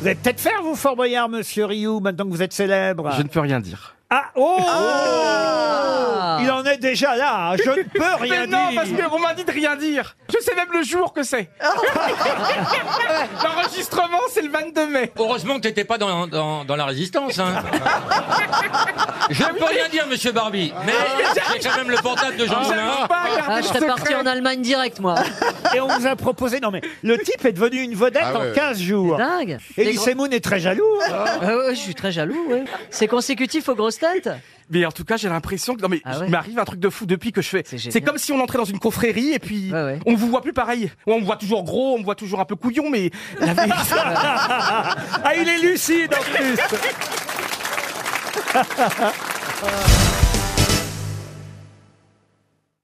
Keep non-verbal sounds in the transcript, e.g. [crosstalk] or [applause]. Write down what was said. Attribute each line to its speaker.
Speaker 1: Vous allez peut-être faire, vous, Fort Boyard, monsieur Rioux, maintenant que vous êtes célèbre.
Speaker 2: Je ne peux rien dire.
Speaker 1: Ah, oh Il en est déjà là, hein. je ne peux rien
Speaker 2: Ah [laughs] Mais non,
Speaker 1: dire.
Speaker 2: parce qu'on m'a dit de rien dire. Je sais même le jour que c'est.
Speaker 3: Oh.
Speaker 2: [laughs] L'enregistrement, c'est le 22 mai.
Speaker 4: Heureusement que t'étais pas dans, dans, dans la résistance. Hein. Je ne peux rien dire, monsieur Barbie, mais j'ai quand même le portable de Jean Moulin.
Speaker 2: J'arrive pas à garder
Speaker 3: Ah,
Speaker 2: le
Speaker 3: je serais parti
Speaker 2: secret.
Speaker 3: en Allemagne direct, moi.
Speaker 1: Et on vous a proposé... Non mais, le type est devenu une vedette
Speaker 5: Ah
Speaker 1: en
Speaker 5: ouais.
Speaker 1: 15 jours.
Speaker 3: Dingue. Les
Speaker 1: Elise
Speaker 3: gros-
Speaker 1: Moon est très jaloux. hein.
Speaker 3: Ah ouais, je suis très jaloux. ouais. C'est consécutif aux grosses têtes.
Speaker 2: Mais en tout cas, j'ai l'impression que non mais
Speaker 3: Ah
Speaker 2: il
Speaker 3: ouais.
Speaker 2: m'arrive un truc de fou depuis que je fais.
Speaker 3: C'est génial.
Speaker 2: C'est comme si on entrait dans une confrérie et puis
Speaker 3: Ouais, ouais.
Speaker 2: on vous voit plus pareil. Ouais, on me voit toujours gros, on me voit toujours un peu couillon, mais la
Speaker 3: [laughs]
Speaker 2: vérité-
Speaker 1: Ah, il est lucide en plus